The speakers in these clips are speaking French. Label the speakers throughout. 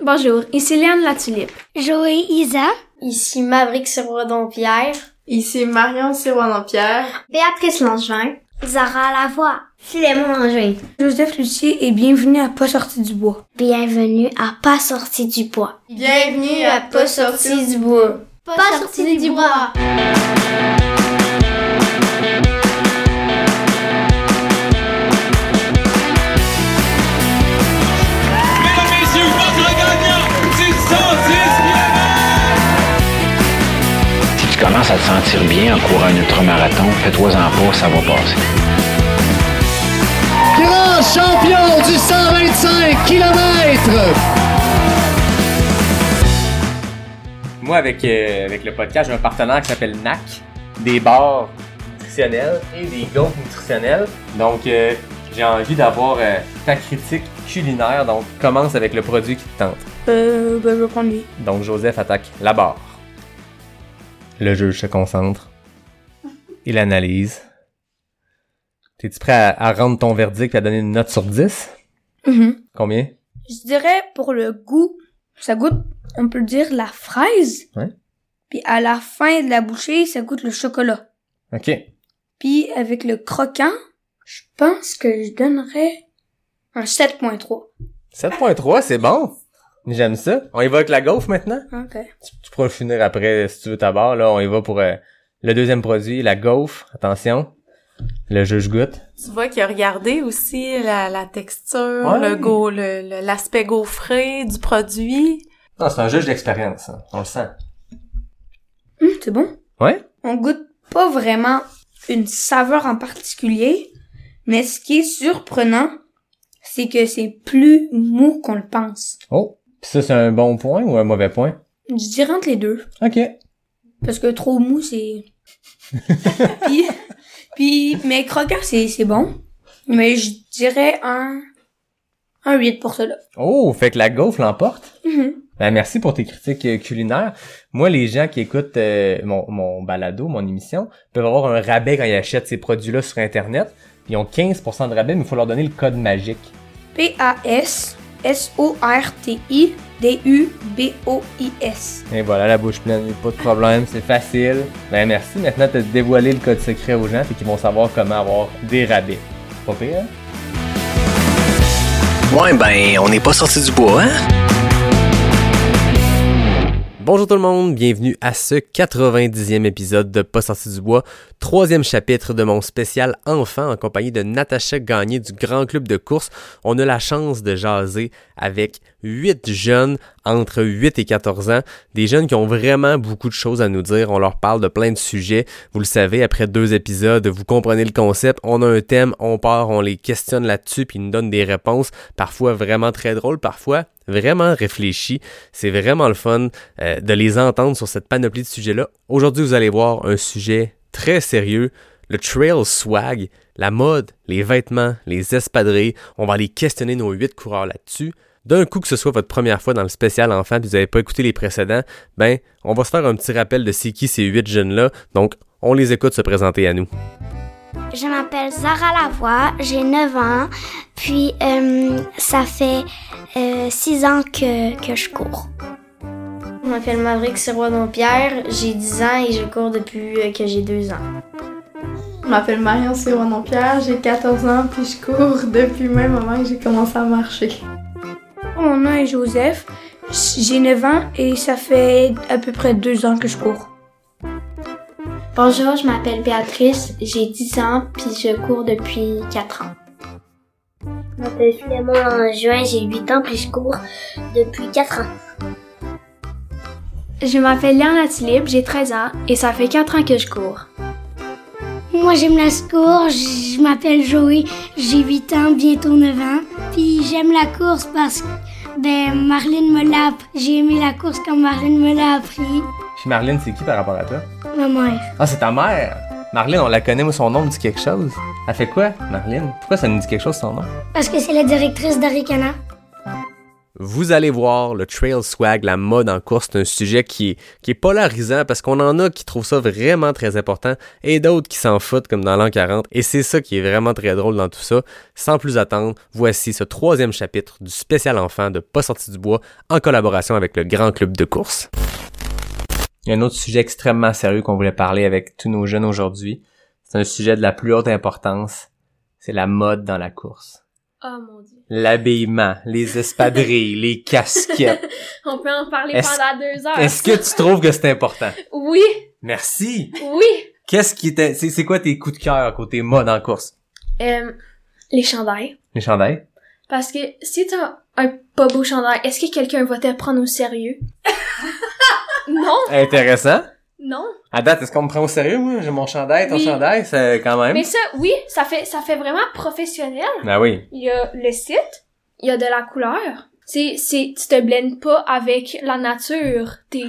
Speaker 1: Bonjour, ici Léane Latulippe.
Speaker 2: Joey Isa.
Speaker 3: Ici Maverick Sirois-Dompierre.
Speaker 4: Ici Marion Sirois-Dompierre.
Speaker 5: Béatrice Langevin.
Speaker 6: Zara Lavoie.
Speaker 7: Philémon Langevin.
Speaker 8: Joseph Lucier et bienvenue à Pas sorti du bois.
Speaker 9: Bienvenue à Pas sorti du bois.
Speaker 4: Bienvenue à Pas sorti du bois.
Speaker 10: Pas, pas sorti, sorti du, du bois. bois.
Speaker 11: commences à te sentir bien en courant un ultramarathon, fais-toi-en pas, ça va passer.
Speaker 12: Grand champion du 125 km!
Speaker 13: Moi, avec, euh, avec le podcast, j'ai un partenaire qui s'appelle NAC, des bars nutritionnels et des gaufres nutritionnels. Donc, euh, j'ai envie d'avoir euh, ta critique culinaire. Donc, commence avec le produit qui te tente.
Speaker 8: Euh, ben, je vais prendre lui.
Speaker 13: Donc, Joseph attaque la barre. Le juge se concentre. Il analyse. T'es-tu prêt à, à, rendre ton verdict et à donner une note sur 10?
Speaker 8: Mm -hmm.
Speaker 4: Mhm.
Speaker 13: Combien?
Speaker 8: Je dirais pour le goût, ça goûte, on peut dire, la fraise.
Speaker 13: Ouais.
Speaker 8: Puis à la fin de la bouchée, ça goûte le chocolat.
Speaker 13: OK.
Speaker 8: Puis avec le croquant, je pense que je donnerais un 7.3.
Speaker 13: 7.3, c'est bon! J'aime ça. On évoque la gaufre maintenant.
Speaker 8: OK.
Speaker 13: Tu, tu, pourras finir après si tu veux ta barre. Là, on y va pour euh, le deuxième produit, la gaufre. Attention. Le juge goûte.
Speaker 14: Tu vois qu'il a regardé aussi la, la texture, ouais. le go, l'aspect gaufré du produit.
Speaker 13: Non, Ah, c'est un juge d'expérience. Hein. On le sent.
Speaker 8: Mmh, c'est bon.
Speaker 13: Ouais.
Speaker 8: On goûte pas vraiment une saveur en particulier, mais ce qui est surprenant, c'est que c'est plus mou qu'on le pense.
Speaker 13: Oh. Pis ça, c'est un bon point ou un mauvais point?
Speaker 8: Je dirais entre les deux.
Speaker 13: OK.
Speaker 8: Parce que trop mou, c'est... puis, puis, mais croquant, c'est, c'est bon. Mais je dirais un... un 8 pour cela.
Speaker 13: Oh, fait que la gaufre l'emporte?
Speaker 8: Mm -hmm.
Speaker 13: Ben, merci pour tes critiques euh, culinaires. Moi, les gens qui écoutent euh, mon, mon balado, mon émission, peuvent avoir un rabais quand ils achètent ces produits-là sur Internet. Ils ont 15% de rabais, mais il faut leur donner le code magique.
Speaker 8: P-A-S S-O-R-T-I-D-U-B-O-I-S.
Speaker 13: Et voilà, la bouche pleine, pas de problème, c'est facile. Ben merci, maintenant de dévoiler le code secret aux gens et qu'ils vont savoir comment avoir des rabais. Pas pire, hein?
Speaker 11: Ouais, ben, on n'est pas sorti du bois, hein?
Speaker 13: Bonjour tout le monde, bienvenue à ce 90e épisode de Pas sorti du bois, troisième chapitre de mon spécial enfant en compagnie de Natacha Gagné du Grand Club de course. On a la chance de jaser avec huit jeunes entre 8 et 14 ans, des jeunes qui ont vraiment beaucoup de choses à nous dire. On leur parle de plein de sujets. Vous le savez, après deux épisodes, vous comprenez le concept. On a un thème, on part, on les questionne là-dessus, puis ils nous donnent des réponses, parfois vraiment très drôles, parfois vraiment réfléchies. C'est vraiment le fun euh, de les entendre sur cette panoplie de sujets-là. Aujourd'hui, vous allez voir un sujet très sérieux, le trail swag, la mode, les vêtements, les espadrilles. On va aller questionner nos huit coureurs là-dessus. D'un coup que ce soit votre première fois dans le spécial enfant puis vous n'avez pas écouté les précédents, ben on va se faire un petit rappel de c'est qui ces huit jeunes là. Donc on les écoute se présenter à nous.
Speaker 15: Je m'appelle Zara Lavoie, j'ai 9 ans, puis euh, ça fait euh, 6 ans que, que je cours.
Speaker 3: Je m'appelle Maverick Sirois-Dompierre, j'ai 10 ans et je cours depuis euh, que j'ai 2 ans.
Speaker 4: Je m'appelle Marion Sirois-Dompierre, j'ai 14 ans puis je cours depuis le même moment que j'ai commencé à marcher.
Speaker 8: Mon nom est Joseph, j'ai 9 ans et ça fait à peu près 2 ans que je cours.
Speaker 16: Bonjour, je m'appelle Béatrice, j'ai 10 ans puis je cours depuis 4 ans.
Speaker 17: Je m'appelle Philémon Langevin, j'ai 8 ans puis je cours depuis 4 ans.
Speaker 18: Je m'appelle Léana Tulip, j'ai 13 ans et ça fait 4 ans que je cours.
Speaker 19: Moi j'aime la course, je m'appelle Joey, j'ai 8 ans, bientôt 9 ans. Puis j'aime la course parce que ben, Marlene me l'a J'ai aimé la course quand Marlene me l'a appris.
Speaker 13: Puis Marlene, c'est qui par rapport à toi?
Speaker 19: Ma mère.
Speaker 13: Ah, c'est ta mère? Marlene, on la connaît, mais son nom me dit quelque chose. Elle fait quoi, Marlene? Pourquoi ça nous dit quelque chose, son nom?
Speaker 19: Parce que c'est la directrice d'Aricana.
Speaker 13: Vous allez voir, le trail swag, la mode en course, c'est un sujet qui est, qui est polarisant parce qu'on en a qui trouvent ça vraiment très important et d'autres qui s'en foutent comme dans l'an 40. Et c'est ça qui est vraiment très drôle dans tout ça. Sans plus attendre, voici ce troisième chapitre du spécial enfant de Pas sorti du bois en collaboration avec le Grand Club de course. Il y a un autre sujet extrêmement sérieux qu'on voulait parler avec tous nos jeunes aujourd'hui. C'est un sujet de la plus haute importance. C'est la mode dans la course.
Speaker 18: Oh mon dieu.
Speaker 13: L'habillement, les espadrilles, les casquettes.
Speaker 18: On peut en parler pendant deux heures.
Speaker 13: Est-ce que tu trouves que c'est important?
Speaker 18: Oui.
Speaker 13: Merci.
Speaker 18: Oui.
Speaker 13: Qu'est-ce qui t'a- c'est, c'est quoi tes coups de cœur côté mode en course?
Speaker 18: Euh, les chandails.
Speaker 13: Les chandails?
Speaker 18: Parce que si t'as un pas beau chandail, est-ce que quelqu'un va te prendre au sérieux? non.
Speaker 13: Intéressant.
Speaker 18: Non.
Speaker 13: À date, est-ce qu'on me prend au sérieux, moi? J'ai mon chandail, ton
Speaker 18: Oui.
Speaker 13: chandail, c'est quand même.
Speaker 18: Mais ça, oui, ça fait, ça fait vraiment professionnel.
Speaker 13: Ben oui.
Speaker 18: Il y a le site, il y a de la couleur. C'est, c'est, tu te blends pas avec la nature. T'es...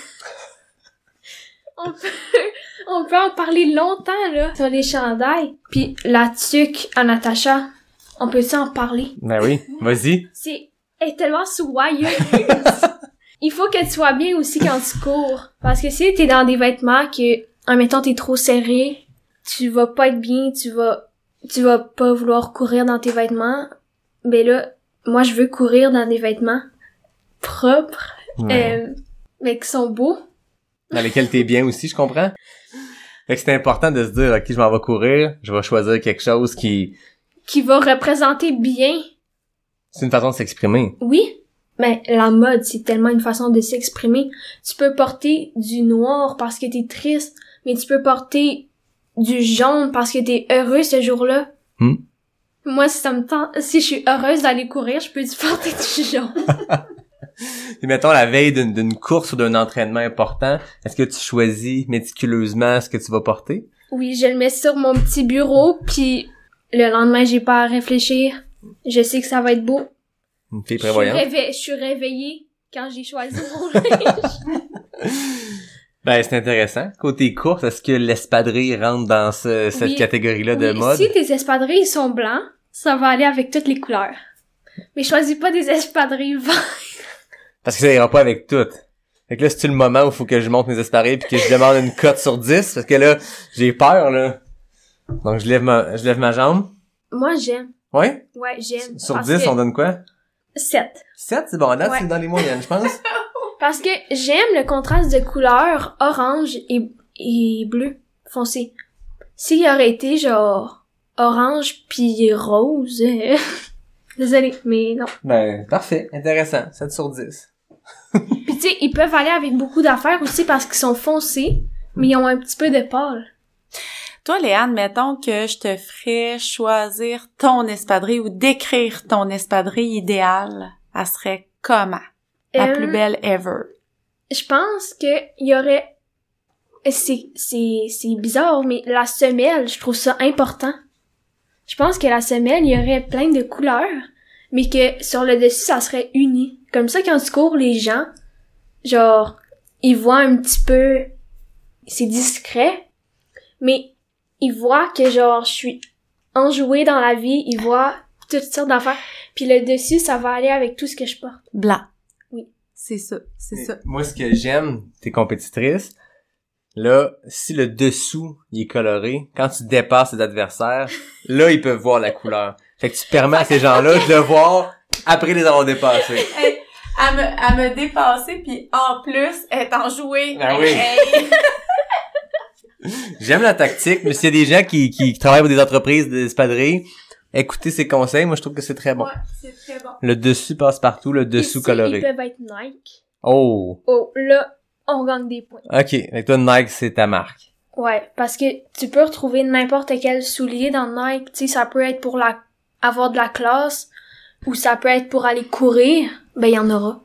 Speaker 18: on peut, on peut en parler longtemps, là, sur les chandails. Puis la tuque en attachant, on peut ça en parler?
Speaker 13: Ben oui. Vas-y.
Speaker 18: C'est, elle est tellement soyeuse. il faut que tu sois bien aussi quand tu cours. Parce que si t'es dans des vêtements que, en mettant t'es trop serré, tu vas pas être bien, tu vas, tu vas pas vouloir courir dans tes vêtements. Mais là, moi, je veux courir dans des vêtements propres,
Speaker 13: Ouais.
Speaker 18: euh, mais qui sont beaux.
Speaker 13: Dans lesquels t'es bien aussi, je comprends. Fait que c'est important de se dire, OK, je m'en vais courir, je vais choisir quelque chose qui,
Speaker 18: Qui va représenter bien.
Speaker 13: c'est une façon de s'exprimer.
Speaker 18: Oui. Mais la mode, c'est tellement une façon de s'exprimer. Tu peux porter du noir parce que t'es triste, mais tu peux porter du jaune parce que t'es heureux ce jour-là.
Speaker 13: Hmm.
Speaker 18: Moi, si ça me tente, si je suis heureuse d'aller courir, je peux du porter du jaune.
Speaker 13: Puis mettons la veille d'une, d'une course ou d'un entraînement important, est-ce que tu choisis méticuleusement ce que tu vas porter?
Speaker 18: oui, je le mets sur mon petit bureau, puis le lendemain, j'ai pas à réfléchir. Je sais que ça va être beau.
Speaker 13: Une fille
Speaker 18: Je suis,
Speaker 13: prévoyante.
Speaker 18: réve- je suis réveillée quand j'ai choisi mon linge.
Speaker 13: Ben, c'est intéressant. Côté course, est-ce que l'espadrille rentre dans ce- cette
Speaker 18: Oui.
Speaker 13: catégorie-là de
Speaker 18: Oui,
Speaker 13: mode?
Speaker 18: Si tes espadrilles sont blancs, ça va aller avec toutes les couleurs. Mais choisis pas des espadrilles verts.
Speaker 13: Parce que ça ira pas avec tout. Fait que là, c'est-tu le moment où faut que je monte mes espadrilles puis que je demande une cote sur 10? Parce que là, j'ai peur, là. Donc, je lève ma, je lève ma jambe.
Speaker 18: Moi, j'aime.
Speaker 13: Ouais?
Speaker 18: Ouais, j'aime.
Speaker 13: Sur
Speaker 18: Parce
Speaker 13: 10,
Speaker 18: que-
Speaker 13: on donne quoi?
Speaker 18: 7.
Speaker 13: 7, c'est bon. À date,
Speaker 18: Ouais.
Speaker 13: c'est dans les moyennes, je pense.
Speaker 18: Parce que j'aime le contraste de couleurs orange et, et bleu foncé. S'il y aurait été genre orange puis rose. euh, Désolée, mais non.
Speaker 13: ben, parfait. Intéressant. 7 sur 10.
Speaker 18: Puis tu sais, ils peuvent aller avec beaucoup d'affaires aussi parce qu'ils sont foncés, mais ils ont un petit peu de pâle.
Speaker 14: Toi, Léane, mettons que je te ferais choisir ton espadrille ou décrire ton espadrille idéale. Elle serait comment? La
Speaker 18: Euh,
Speaker 14: plus belle ever.
Speaker 18: je pense que il y aurait c'est c'est c'est bizarre mais la semelle je trouve ça important je pense que la semelle il y aurait plein de couleurs mais que sur le dessus ça serait uni comme ça quand tu cours les gens genre ils voient un petit peu c'est discret mais ils voient que genre je suis enjouée dans la vie ils voient toutes sortes d'affaires puis le dessus ça va aller avec tout ce que je porte
Speaker 14: Blanc.
Speaker 18: Oui.
Speaker 14: C'est ça, c'est ça.
Speaker 13: Moi, ce que j'aime, t'es compétitrice. Là, si le dessous, il est coloré, quand tu dépasses tes adversaires, là, ils peuvent voir la couleur. Fait que tu permets à ces gens-là de le voir après les avoir dépassés.
Speaker 14: Hey, à, me, à me dépasser, puis en plus, être enjouée.
Speaker 13: Ben oui.
Speaker 14: Hey.
Speaker 13: J'aime la tactique, mais s'il y a des gens qui, qui travaillent pour des entreprises d'espadrilles, écoutez ces conseils, moi, je trouve que c'est très bon.
Speaker 18: Ouais, c'est très bon
Speaker 13: Le dessus passe partout, le
Speaker 18: Ici,
Speaker 13: dessous
Speaker 18: ils
Speaker 13: coloré.
Speaker 18: peuvent être Nike
Speaker 13: Oh!
Speaker 18: Oh, là, on gagne des points.
Speaker 13: Ok, fait que toi, Nike, c'est ta marque.
Speaker 18: Ouais, parce que tu peux retrouver n'importe quel soulier dans Nike. Tu sais, ça peut être pour la... avoir de la classe ou ça peut être pour aller courir. Ben, il y en aura.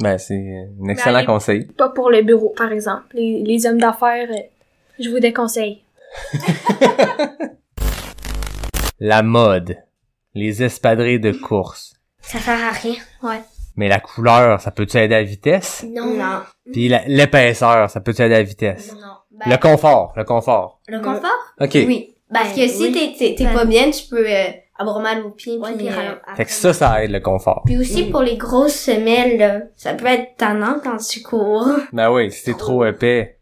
Speaker 13: Ben, c'est un excellent
Speaker 18: allez-
Speaker 13: conseil.
Speaker 18: Pas pour le bureau, par exemple. Les, les hommes d'affaires, euh, je vous déconseille.
Speaker 13: La mode. Les espadrilles de course.
Speaker 17: Ça sert à rien. Ouais.
Speaker 13: Mais la couleur, ça peut-tu aider à la vitesse?
Speaker 17: Non. Non.
Speaker 13: Puis la- l'épaisseur, ça peut-tu aider à la vitesse?
Speaker 2: Non.
Speaker 17: Ben,
Speaker 13: le
Speaker 17: Bah,
Speaker 13: confort, le confort.
Speaker 2: Le confort?
Speaker 13: OK.
Speaker 2: Oui. Parce
Speaker 16: Ben,
Speaker 2: que si
Speaker 16: oui.
Speaker 2: t'es, t'es, t'es
Speaker 16: Ben.
Speaker 2: pas bien, tu peux euh,
Speaker 17: avoir mal aux pieds.
Speaker 16: Ouais,
Speaker 17: Bah puis
Speaker 16: mais-
Speaker 17: ralent- Ah.
Speaker 13: Fait que ça, ça aide le confort.
Speaker 17: Puis aussi pour les grosses semelles, là, ça peut être tannant quand tu cours.
Speaker 13: Ben oui, si c'est trop épais.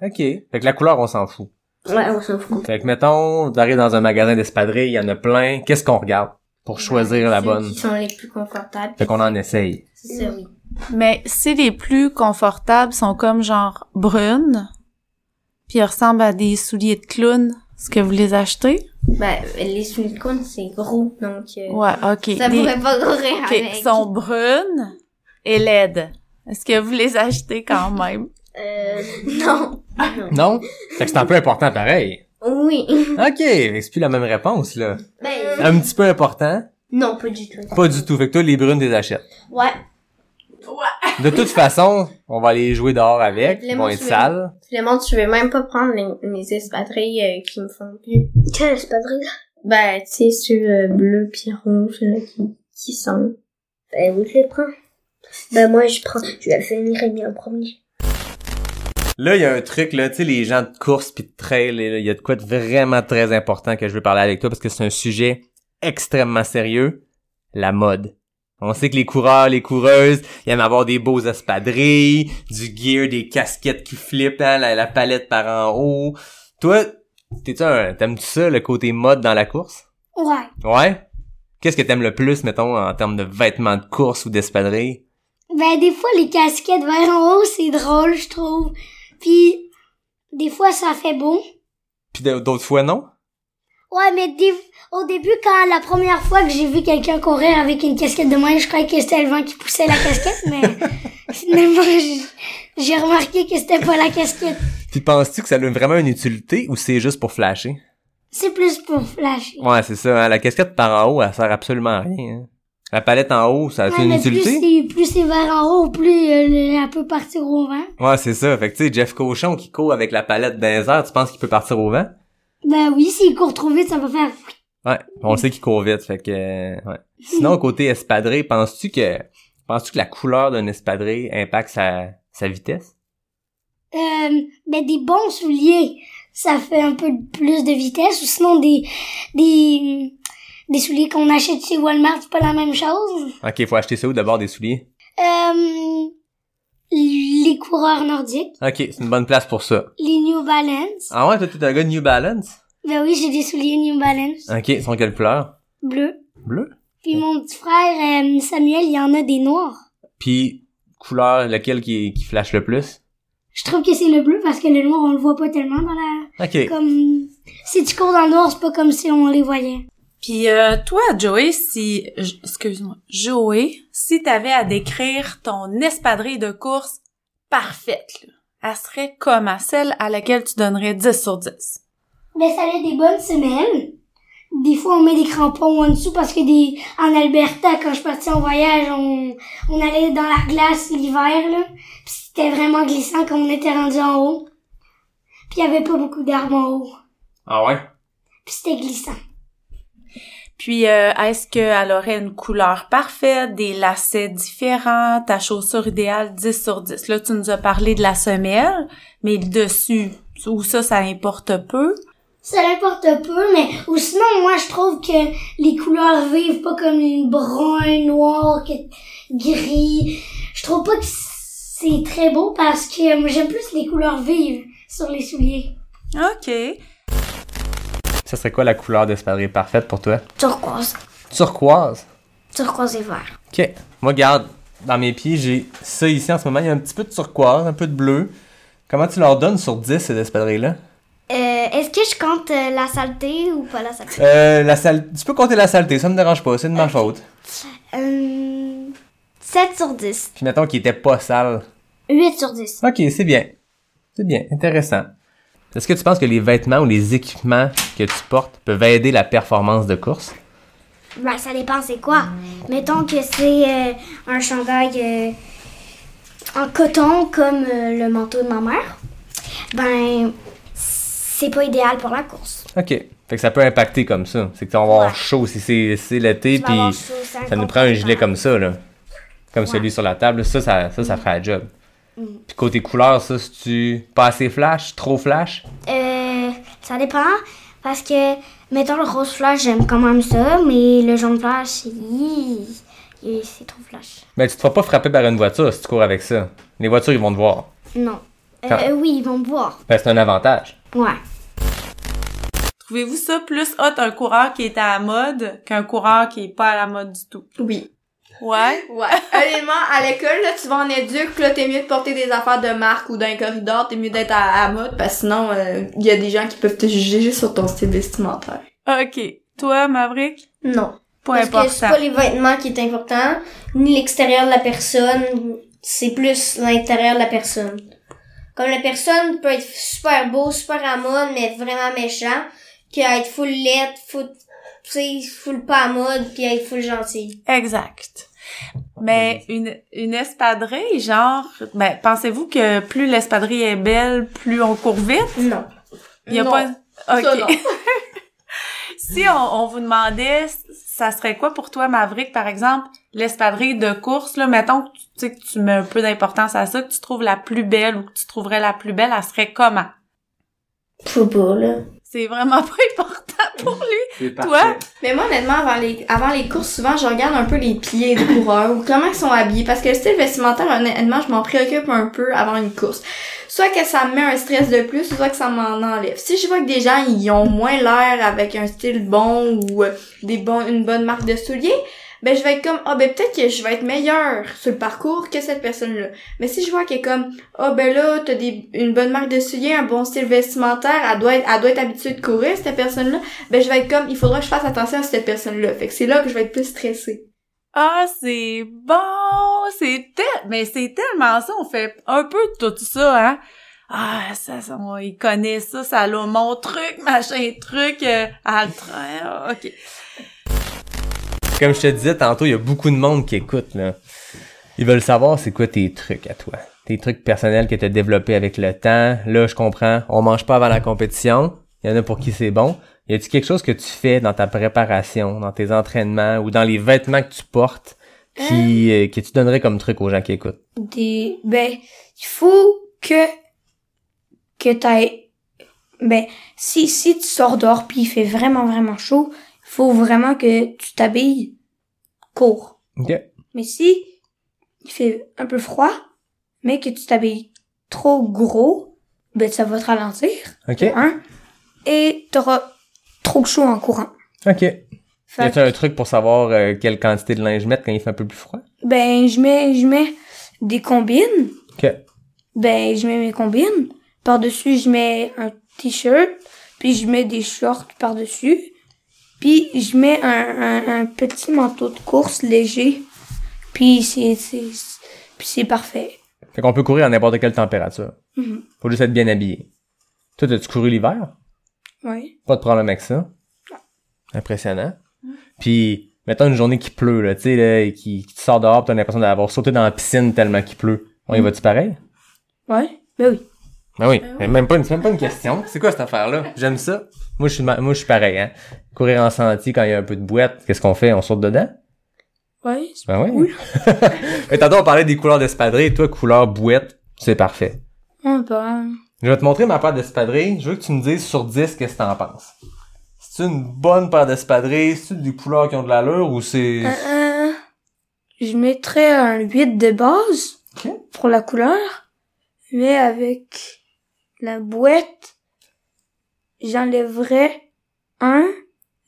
Speaker 13: OK. Fait que la couleur, on s'en fout.
Speaker 17: Ouais, on s'en fout.
Speaker 13: Fait que mettons, vous arrivez dans un magasin d'espadrilles, il y en a plein. Qu'est-ce qu'on regarde pour choisir la bonne?
Speaker 17: Qui sont les plus confortables.
Speaker 13: Fait qu'on en essaye.
Speaker 17: C'est ça, oui.
Speaker 14: Mais si les plus confortables sont comme genre brunes, puis ils ressemblent à des souliers de clown, est-ce que vous les achetez?
Speaker 17: Ben, les unicornes, c'est gros, donc... euh,
Speaker 14: Ouais, ok.
Speaker 17: Ça
Speaker 14: Des-
Speaker 17: pourrait pas courir
Speaker 14: Ok,
Speaker 17: avec.
Speaker 14: sont brunes et laides. Est-ce que vous les achetez quand même?
Speaker 17: Euh, non.
Speaker 13: Non? Fait que c'est un peu important pareil.
Speaker 17: Oui.
Speaker 13: OK, mais c'est plus la même réponse, là.
Speaker 17: Ben,
Speaker 13: Un petit peu important.
Speaker 17: non, pas du tout.
Speaker 13: Pas du tout. Fait que toi, les brunes, les achètes.
Speaker 17: Ouais.
Speaker 13: De toute façon, on va aller jouer dehors avec. Ils
Speaker 17: Clément,
Speaker 13: vont
Speaker 17: tu
Speaker 13: être
Speaker 17: veux-
Speaker 13: sales.
Speaker 17: Clément, tu veux même pas prendre les, les espadrilles euh, qui me font plus. Quelle espadrille? Ben, tu sais, ceux euh, bleus pis rouges là, qui, qui sont.
Speaker 16: Ben oui, je les prends. Ben moi, je prends. Je vais finir bien en premier.
Speaker 13: Là, il y a un truc, là, tu sais, les gens de course puis de trail, et là, il y a de quoi de vraiment très important que je veux parler avec toi parce que c'est un sujet extrêmement sérieux. La mode. On sait que les coureurs, les coureuses, ils aiment avoir des beaux espadrilles, du gear, des casquettes qui flippent, hein, la, la palette par en haut. Toi, t'es-tu un, t'aimes-tu ça, le côté mode dans la course?
Speaker 19: Ouais.
Speaker 13: Ouais? Qu'est-ce que t'aimes le plus, mettons, en termes de vêtements de course ou d'espadrilles?
Speaker 19: Ben, des fois, les casquettes vers en haut, c'est drôle, je trouve. Puis, des fois, ça fait beau.
Speaker 13: Puis d'autres fois, non?
Speaker 19: Ouais, mais des- au début, quand la première fois que j'ai vu quelqu'un courir avec une casquette de moins, je croyais que c'était le vent qui poussait la casquette, mais finalement, j'- j'ai remarqué que c'était pas la casquette.
Speaker 13: Puis penses-tu que ça a vraiment une utilité ou c'est juste pour flasher?
Speaker 19: C'est plus pour flasher.
Speaker 13: Ouais, c'est ça. hein. La casquette par en haut, elle sert absolument à rien. hein. La palette en haut, ça a
Speaker 19: Ouais,
Speaker 13: une
Speaker 19: mais
Speaker 13: utilité?
Speaker 19: Plus c'est, plus c'est vers en haut, plus euh, le- elle peut partir au vent.
Speaker 13: Ouais, c'est ça. Fait que tu sais, Jeff Cochon qui court avec la palette dans les airs, tu penses qu'il peut partir au vent?
Speaker 19: Ben oui, s'il court trop vite, ça va faire...
Speaker 13: Ouais, on sait qu'il court vite, fait que... euh, Ouais.
Speaker 19: Hmm.
Speaker 13: Sinon, côté espadrille, penses-tu que... Penses-tu que la couleur d'un espadrille impacte sa, sa vitesse?
Speaker 19: Euh, ben des bons souliers, ça fait un peu plus de vitesse, ou sinon des, des, des souliers qu'on achète chez Walmart, c'est pas la même chose.
Speaker 13: Ok, faut acheter ça où d'abord des souliers?
Speaker 19: Euh, les coureurs nordiques,
Speaker 13: Ok, c'est une bonne place pour ça.
Speaker 19: les New Balance.
Speaker 13: Ah ouais, toi, t'es un gars de New Balance?
Speaker 19: Ben oui, j'ai des souliers New Balance
Speaker 13: Ok, ils sont quelle couleur?
Speaker 19: bleus.
Speaker 13: Bleu?
Speaker 19: Puis mon petit frère euh, Samuel, il y en a des noirs.
Speaker 13: Puis, couleur, lequel qui, qui flash le plus?
Speaker 19: Je trouve que c'est le bleu parce que le noir, on le voit pas tellement dans la...
Speaker 13: Ok.
Speaker 19: Comme... Si tu cours dans le noir, c'est pas comme si on les voyait.
Speaker 14: Puis euh, toi, Joey, si... j- Excuse-moi. Joey, si t'avais à décrire ton espadrille de course parfaite, là, elle serait comme à celle à laquelle tu donnerais 10 sur 10.
Speaker 19: Ben, ça a des bonnes semelles. Des fois, on met des crampons en dessous parce que des, en Alberta, quand je suis partie en voyage, on, on allait dans la glace l'hiver, là. Puis c'était vraiment glissant quand on était rendu en haut. Puis il y avait pas beaucoup d'arbres en haut.
Speaker 13: Ah ouais?
Speaker 19: Puis c'était glissant.
Speaker 14: Puis, euh, est-ce qu'elle aurait une couleur parfaite, des lacets différents, ta chaussure idéale 10 sur 10? Là, tu nous as parlé de la semelle, mais le dessus, ou ça, ça importe peu.
Speaker 19: Ça l'importe peu, mais, ou sinon, moi, je trouve que les couleurs vives pas comme une brun, noir, que- gris. Je trouve pas que c'est très beau parce que moi, j'aime plus les couleurs vives sur les souliers.
Speaker 14: OK.
Speaker 13: Ça serait quoi la couleur d'espadrille parfaite pour toi?
Speaker 15: Turquoise.
Speaker 13: Turquoise.
Speaker 15: Turquoise et vert.
Speaker 13: Ok. Moi, garde, dans mes pieds, j'ai ça ici en ce moment. Il y a un petit peu de turquoise, un peu de bleu. Comment tu leur donnes sur 10 ces espadrilles-là?
Speaker 15: Euh, Est-ce que je compte euh, la saleté ou pas la saleté?
Speaker 13: Euh, la sale... Tu peux compter la saleté, ça me dérange pas, c'est de ma faute.
Speaker 15: Euh, 7 sur 10.
Speaker 13: Puis mettons qu'ils étaient pas sales.
Speaker 15: 8 sur 10.
Speaker 13: Ok, c'est bien. C'est bien, intéressant. Est-ce que tu penses que les vêtements ou les équipements que tu portes peuvent aider la performance de course?
Speaker 15: Ben, ça dépend c'est quoi. Mettons que c'est euh, un chandail euh, en coton comme euh, le manteau de ma mère. Ben, c'est pas idéal pour la course.
Speaker 13: Ok. Fait que ça peut impacter comme ça. C'est que on va avoir chaud si c'est si c'est l'été,
Speaker 15: Tu vas avoir
Speaker 13: puis
Speaker 15: chaud, c'est
Speaker 13: ça nous prend un gilet comme ça, là. Comme celui sur la table, ça, ça, ça,
Speaker 15: Mm.
Speaker 13: ça ferait la job. Puis côté couleur, ça, si tu pas assez flash, trop flash,
Speaker 15: Euh, ça dépend. Parce que, mettons, le rose flash, j'aime quand même ça, mais le jaune flash, hi, hi, c'est trop flash.
Speaker 13: Mais Ben, tu te feras pas frapper par une voiture si tu cours avec ça. Les voitures, ils vont te voir.
Speaker 15: Non. Euh,
Speaker 13: Quand-
Speaker 15: euh, oui, ils vont me voir.
Speaker 13: Ben, c'est un avantage.
Speaker 15: Ouais.
Speaker 14: Trouvez-vous ça plus hot un coureur qui est à la mode qu'un coureur qui est pas à la mode du tout?
Speaker 4: Oui.
Speaker 14: Ouais?
Speaker 4: Ouais. Honnêtement, à l'école, là, tu vas en éduque, là, t'es mieux de porter des affaires de marque ou d'un corridor, t'es mieux d'être à, à mode, parce que sinon, il y a des gens qui peuvent te juger juste sur ton style vestimentaire.
Speaker 14: Ok. Toi, Maverick?
Speaker 3: Non.
Speaker 14: Pas
Speaker 3: Parce
Speaker 14: important.
Speaker 3: que c'est pas les vêtements qui est important, ni l'extérieur de la personne, c'est plus l'intérieur de la personne. Comme la personne peut être super beau, super à mode, mais être vraiment méchant, qu'à être full laide, full, tu sais, full pas à mode, puis être full gentil.
Speaker 14: Exact. Mais une, une espadrille, genre, ben, pensez-vous que plus l'espadrille est belle, plus on court vite?
Speaker 3: Non.
Speaker 14: Il y a
Speaker 4: Non.
Speaker 14: pas... Ok.
Speaker 4: Ça, non.
Speaker 14: si on, on vous demandait, ça serait quoi pour toi, Maverick, par exemple, l'espadrille de course, là, mettons que tu tu sais que tu mets un peu d'importance à ça, que tu trouves la plus belle ou que tu trouverais la plus belle, elle serait comment?
Speaker 3: Faut pas, là.
Speaker 14: C'est vraiment pas important pour lui. Toi?
Speaker 4: Mais moi, honnêtement, avant les, avant les courses, souvent, je regarde un peu les pieds des coureurs ou comment ils sont habillés. Parce que le style vestimentaire, honnêtement, je m'en préoccupe un peu avant une course. Soit que ça me met un stress de plus, soit que ça m'en enlève. Si je vois que des gens, ils ont moins l'air avec un style bon ou euh, des bons, une bonne marque de souliers, ben je vais être comme ah ben peut-être que je vais être meilleure sur le parcours que cette personne là mais si je vois qu'elle est comme ah ben là t'as des une bonne marque de souliers un bon style vestimentaire elle doit être elle doit être habituée de courir cette personne là ben je vais être comme il faudra que je fasse attention à cette personne là fait que c'est là que je vais être plus stressée
Speaker 14: Ah, c'est bon! C'est tel... Mais c'est tellement ça, on fait un peu tout ça, hein? Ah, ça, ça on- il connaît ça, ça là, mon truc, machin truc, euh, à le train, ah, ok.
Speaker 13: Comme je te disais tantôt, il y a beaucoup de monde qui écoute, là. Ils veulent savoir c'est quoi tes trucs à toi. Tes trucs personnels que tu as développés avec le temps. Là, je comprends. On mange pas avant la compétition. Il y en a pour qui c'est bon. Y a-tu quelque chose que tu fais dans ta préparation, dans tes entraînements ou dans les vêtements que tu portes qui, euh, que tu donnerais comme truc aux gens qui écoutent?
Speaker 8: des ben il faut que que t'ailles ben si si tu sors dehors puis il fait vraiment vraiment chaud faut vraiment que tu t'habilles court
Speaker 13: OK.
Speaker 8: mais si il fait un peu froid mais que tu t'habilles trop gros ben ça va te ralentir
Speaker 13: OK.
Speaker 8: hein et t'auras trop chaud en courant
Speaker 13: OK. Y
Speaker 8: Fait
Speaker 13: a-tu un truc pour savoir euh, quelle quantité de linge mettre quand il fait un peu plus froid?
Speaker 8: ben je mets je mets des combines
Speaker 13: OK.
Speaker 8: ben je mets mes combines. Par-dessus, je mets un t-shirt, puis je mets des shorts par-dessus, puis je mets un, un- un petit manteau de course léger, puis c'est c'est- puis c'est parfait.
Speaker 13: Fait qu'on peut courir à n'importe quelle température.
Speaker 8: Mhm.
Speaker 13: Faut juste être bien habillé. Toi, t'as-tu couru l'hiver?
Speaker 8: Oui.
Speaker 13: Pas de problème avec ça. Impressionnant. Puis, mettons une journée qui pleut, là, tu sais, là, et qui, qui te sort dehors, pis t'as l'impression d'avoir sauté dans la piscine tellement qu'il pleut. On y va-tu pareil?
Speaker 8: Ouais, ben oui.
Speaker 13: Ah Mm. oui, mais même pas une, c'est même pas une question. C'est quoi cette affaire-là? J'aime ça. Moi, je suis, ma- moi, je suis pareil, hein. Courir en sentier quand il y a un peu de boîte, qu'est-ce qu'on fait? On saute dedans?
Speaker 8: Ouais.
Speaker 13: Ben oui. mais tantôt, on parlait des couleurs d'espadrille. Toi, couleur bouette, c'est parfait.
Speaker 8: Ah, ben,
Speaker 13: Je vais te montrer ma paire d'espadrilles. Je veux que tu me dises sur 10 qu'est-ce que t'en penses. C'est une bonne paire d'espadrilles, c'est des couleurs qui ont de l'allure ou c'est
Speaker 8: euh, euh, je mettrais un 8 de base pour la couleur, mais avec la boîte, j'enlèverais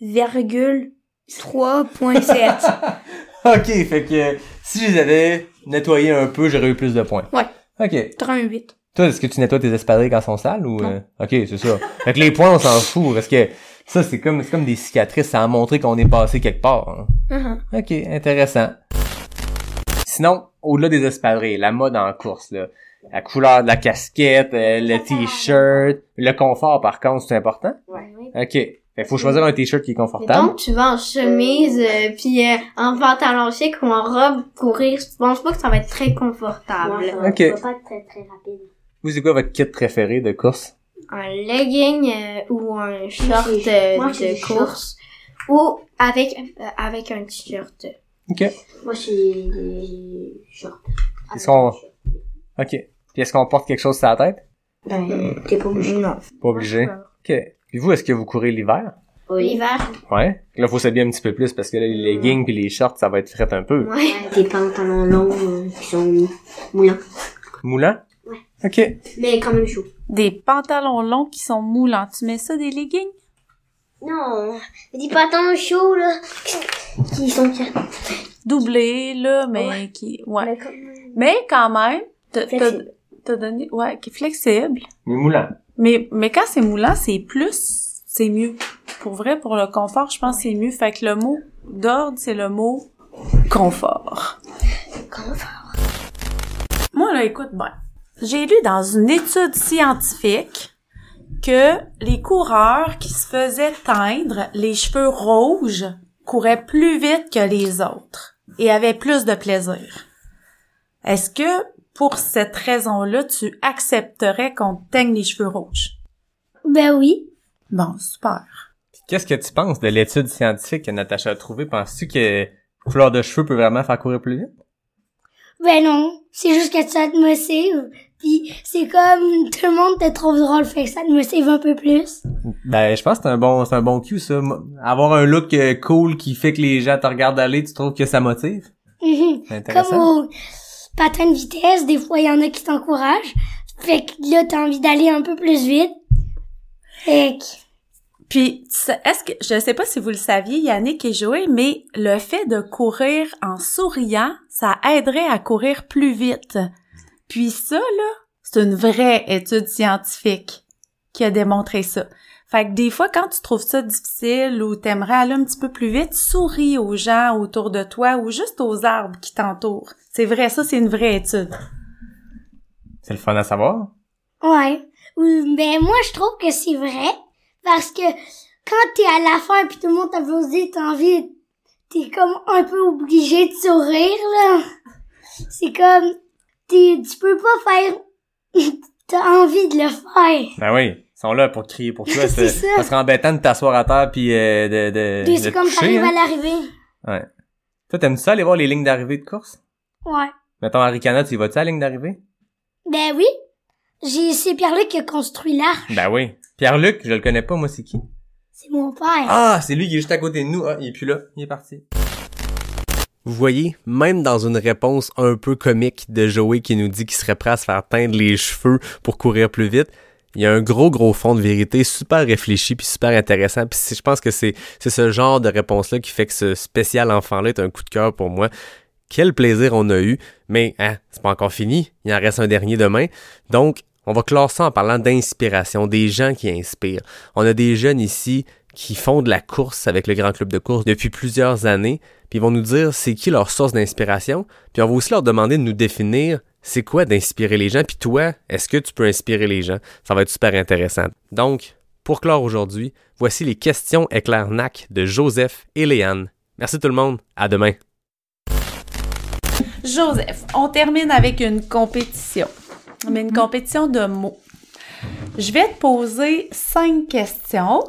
Speaker 8: 1,3.7.
Speaker 13: OK, fait que si je les avais nettoyés un peu, j'aurais eu plus de points.
Speaker 8: Ouais.
Speaker 13: OK.
Speaker 8: 38.
Speaker 13: Toi, est-ce que tu nettoies tes espadrilles quand elles sont sales ou euh, OK, c'est ça. Fait que les points, on s'en fout parce que ça c'est comme c'est comme des cicatrices, ça a montré qu'on est passé quelque part. hein.
Speaker 8: Uh-huh.
Speaker 13: OK, intéressant. Sinon, au-delà des espadrilles, la mode en course, là, la couleur de la casquette, euh, le t-shirt, le confort par contre, c'est important. OK. Fait, faut choisir un t-shirt qui est confortable.
Speaker 16: Donc, tu vas en chemise, euh, puis euh, en pantalon chic ou en robe courir. Je pense pas que ça va être très confortable.
Speaker 13: Ok.
Speaker 16: ça Ah, ben, va pas être très, très rapide.
Speaker 13: Vous c'est quoi votre kit préféré de course
Speaker 16: Un legging euh, ou un short
Speaker 10: c'est-
Speaker 16: euh,
Speaker 10: moi, c'est des
Speaker 16: de course ou avec euh, avec un t-shirt.
Speaker 13: OK.
Speaker 10: Moi, c'est des shorts. Ah,
Speaker 13: Est-ce qu'on OK. Puis est-ce qu'on porte quelque chose sur la tête
Speaker 10: Ben, t'es pas obligé. Non.
Speaker 13: Pas obligé. OK. Puis vous, est-ce que vous courez l'hiver?
Speaker 3: L'hiver.
Speaker 13: Ouais. Là, faut s'habiller un petit peu plus parce que là, les leggings puis les shorts, ça va être fret un peu.
Speaker 10: Ouais. Des pantalons longs euh, qui sont moulants.
Speaker 13: Moulant?
Speaker 10: Ouais.
Speaker 13: OK.
Speaker 10: Mais quand même chaud.
Speaker 14: Des pantalons longs qui sont moulants. Tu mets ça, des leggings?
Speaker 16: Non, des pantalons chauds, là, qui sont...
Speaker 14: Doublés, là, mais qui... Ouais. Mais quand même, mais quand même t'as- t'as- t'as donné... Ouais, qui est flexible.
Speaker 13: Mais moulant.
Speaker 14: Mais, mais quand c'est moulant, c'est plus, c'est mieux. Pour vrai, pour le confort, je pense que c'est mieux. Fait que le mot d'ordre, c'est le mot confort. Moi, là, écoute, ben, j'ai lu dans une étude scientifique que les coureurs qui se faisaient teindre les cheveux rouges couraient plus vite que les autres et avaient plus de plaisir. Est-ce que, pour cette raison-là, tu accepterais qu'on te teigne les cheveux rouges?
Speaker 19: Ben oui.
Speaker 14: Bon, super.
Speaker 13: Qu'est-ce que tu penses de l'étude scientifique que Natacha a trouvée? Penses-tu que couleur de cheveux peut vraiment faire courir plus vite?
Speaker 19: Ben non, c'est juste que ça te motive. Puis c'est comme tout le monde te trouve drôle, fait que ça te motive un peu plus.
Speaker 13: Ben, je pense que c'est un bon, c'est un bon cue, ça. Mo- Avoir un look euh, cool qui fait que les gens te regardent aller, tu trouves que ça motive?
Speaker 19: Mhm.
Speaker 13: C'est
Speaker 19: Comme
Speaker 13: intéressant.
Speaker 19: au patin de vitesse, des fois il y en a qui t'encouragent. Fait que là t'as envie d'aller un peu plus vite. Fait que
Speaker 14: Puis, tu sais- est-ce que, je sais pas si vous le saviez, Yannick et Joé, mais le fait de courir en souriant, ça aiderait à courir plus vite. Puis ça, là, c'est une vraie étude scientifique qui a démontré ça. Fait que des fois, quand tu trouves ça difficile ou t'aimerais aller un petit peu plus vite, souris aux gens autour de toi ou juste aux arbres qui t'entourent. C'est vrai, ça, c'est une vraie étude.
Speaker 13: C'est le fun à savoir.
Speaker 19: Ouais. Oui, ben moi je trouve que c'est vrai parce que quand t'es à la fin puis tout le monde t'applaudit, t'as envie, t'es comme un peu obligé de sourire là. C'est comme t'es, tu peux pas faire, t'as envie de le faire.
Speaker 13: Ben oui, ils sont là pour crier pour toi. c'est-
Speaker 19: ça.
Speaker 13: ça serait embêtant de t'asseoir à terre puis euh, de, de,
Speaker 19: Puis
Speaker 13: de
Speaker 19: c'est
Speaker 13: te
Speaker 19: comme
Speaker 13: coucher,
Speaker 19: t'arrives
Speaker 13: hein.
Speaker 19: à l'arrivée.
Speaker 13: Ouais. Toi, t'aimes-tu ça aller voir les lignes d'arrivée de course?
Speaker 19: Ouais.
Speaker 13: Mettons, à Ricana, tu y vas-tu à la ligne d'arrivée?
Speaker 19: Ben oui. J'ai c'est Pierre-Luc qui a construit l'arche,
Speaker 13: Ben oui. Pierre-Luc, je le connais pas, moi, c'est qui?
Speaker 19: c'est mon père.
Speaker 13: Ah, c'est lui qui est juste à côté de nous. Ah, il est plus là. Il est parti. Vous voyez, même dans une réponse un peu comique de Joey qui nous dit qu'il serait prêt à se faire teindre les cheveux pour courir plus vite, il y a un gros gros fond de vérité super réfléchi puis super intéressant. Puis c'est- je pense que c'est c'est ce genre de réponse-là qui fait que ce spécial enfant-là est un coup de cœur pour moi. Quel plaisir on a eu, mais hein, c'est pas encore fini, il en reste un dernier demain. Donc, on va clore ça en parlant d'inspiration, des gens qui inspirent. On a des jeunes ici qui font de la course avec le grand club de course depuis plusieurs années, puis ils vont nous dire c'est qui leur source d'inspiration, puis on va aussi leur demander de nous définir c'est quoi d'inspirer les gens, puis toi, est-ce que tu peux inspirer les gens? Ça va être super intéressant. Donc, pour clore aujourd'hui, voici les questions éclair NAC de Joseph et Léane. Merci tout le monde, à demain.
Speaker 14: Joseph, on termine avec une compétition. Mais une compétition de mots. Je vais te poser cinq questions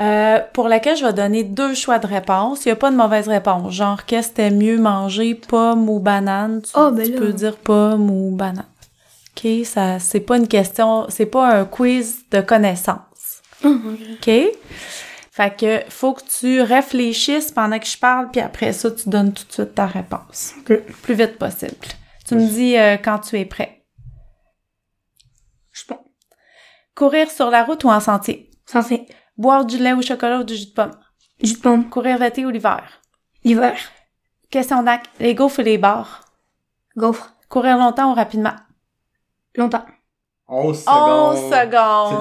Speaker 14: euh, pour laquelle je vais donner deux choix de réponse. Il n'y a pas de mauvaise réponse. Genre, qu'est-ce que c'était mieux manger, pomme ou banane? Tu, tu peux dire pomme ou banane. OK? Ça, c'est pas une question, c'est pas un quiz de connaissances. OK? Fait que faut que tu réfléchisses pendant que je parle, puis après ça, tu donnes tout de suite ta réponse. Le plus vite possible. Tu me dis euh, quand tu es prêt. Je pense. Courir sur la route ou en sentier? Sentier. Boire du lait au chocolat ou du jus de pomme? Jus de pomme. Courir l'été ou l'hiver? L'hiver. Question d'acte. Les gaufres ou les bars? Gaufres. Courir longtemps ou rapidement? Longtemps.
Speaker 13: 11
Speaker 14: 11 secondes.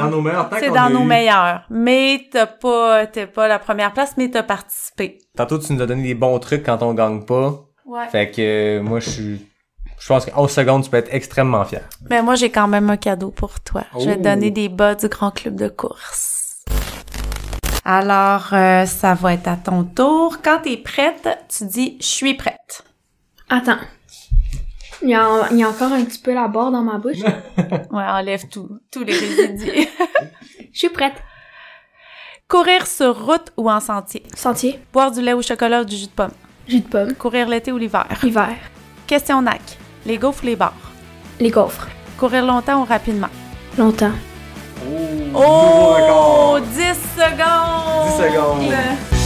Speaker 14: C'est dans nos meilleurs. Mais t'as pas, t'es pas la première place, mais t'as participé.
Speaker 13: Tantôt, tu nous as donné des bons trucs quand on gagne pas.
Speaker 14: Ouais.
Speaker 13: Fait que euh, moi, je suis. Je pense qu'en 11 secondes, tu peux être extrêmement fier.
Speaker 14: Mais Ben, moi, j'ai quand même un cadeau pour toi. Je vais te
Speaker 13: Oh.
Speaker 14: donner des bas du grand club de course. Alors, euh, ça va être à ton tour. Quand t'es prête, tu dis « je suis prête
Speaker 18: Attends. Il y, a, il y a encore un petit peu la barre dans ma bouche. ».
Speaker 14: Ouais, enlève tout, tous les résidus.
Speaker 18: Je suis prête.
Speaker 14: Courir sur route ou en sentier? Sentier. Boire du lait au chocolat ou du jus de pomme? Jus de pomme. Courir l'été ou l'hiver? L'hiver. Question NAC. Les gaufres ou les bars? Les gaufres. Courir longtemps ou rapidement?
Speaker 18: Longtemps.
Speaker 20: Oh! 10 secondes!
Speaker 14: Oh, 哦
Speaker 13: 啊
Speaker 14: 10 secondes.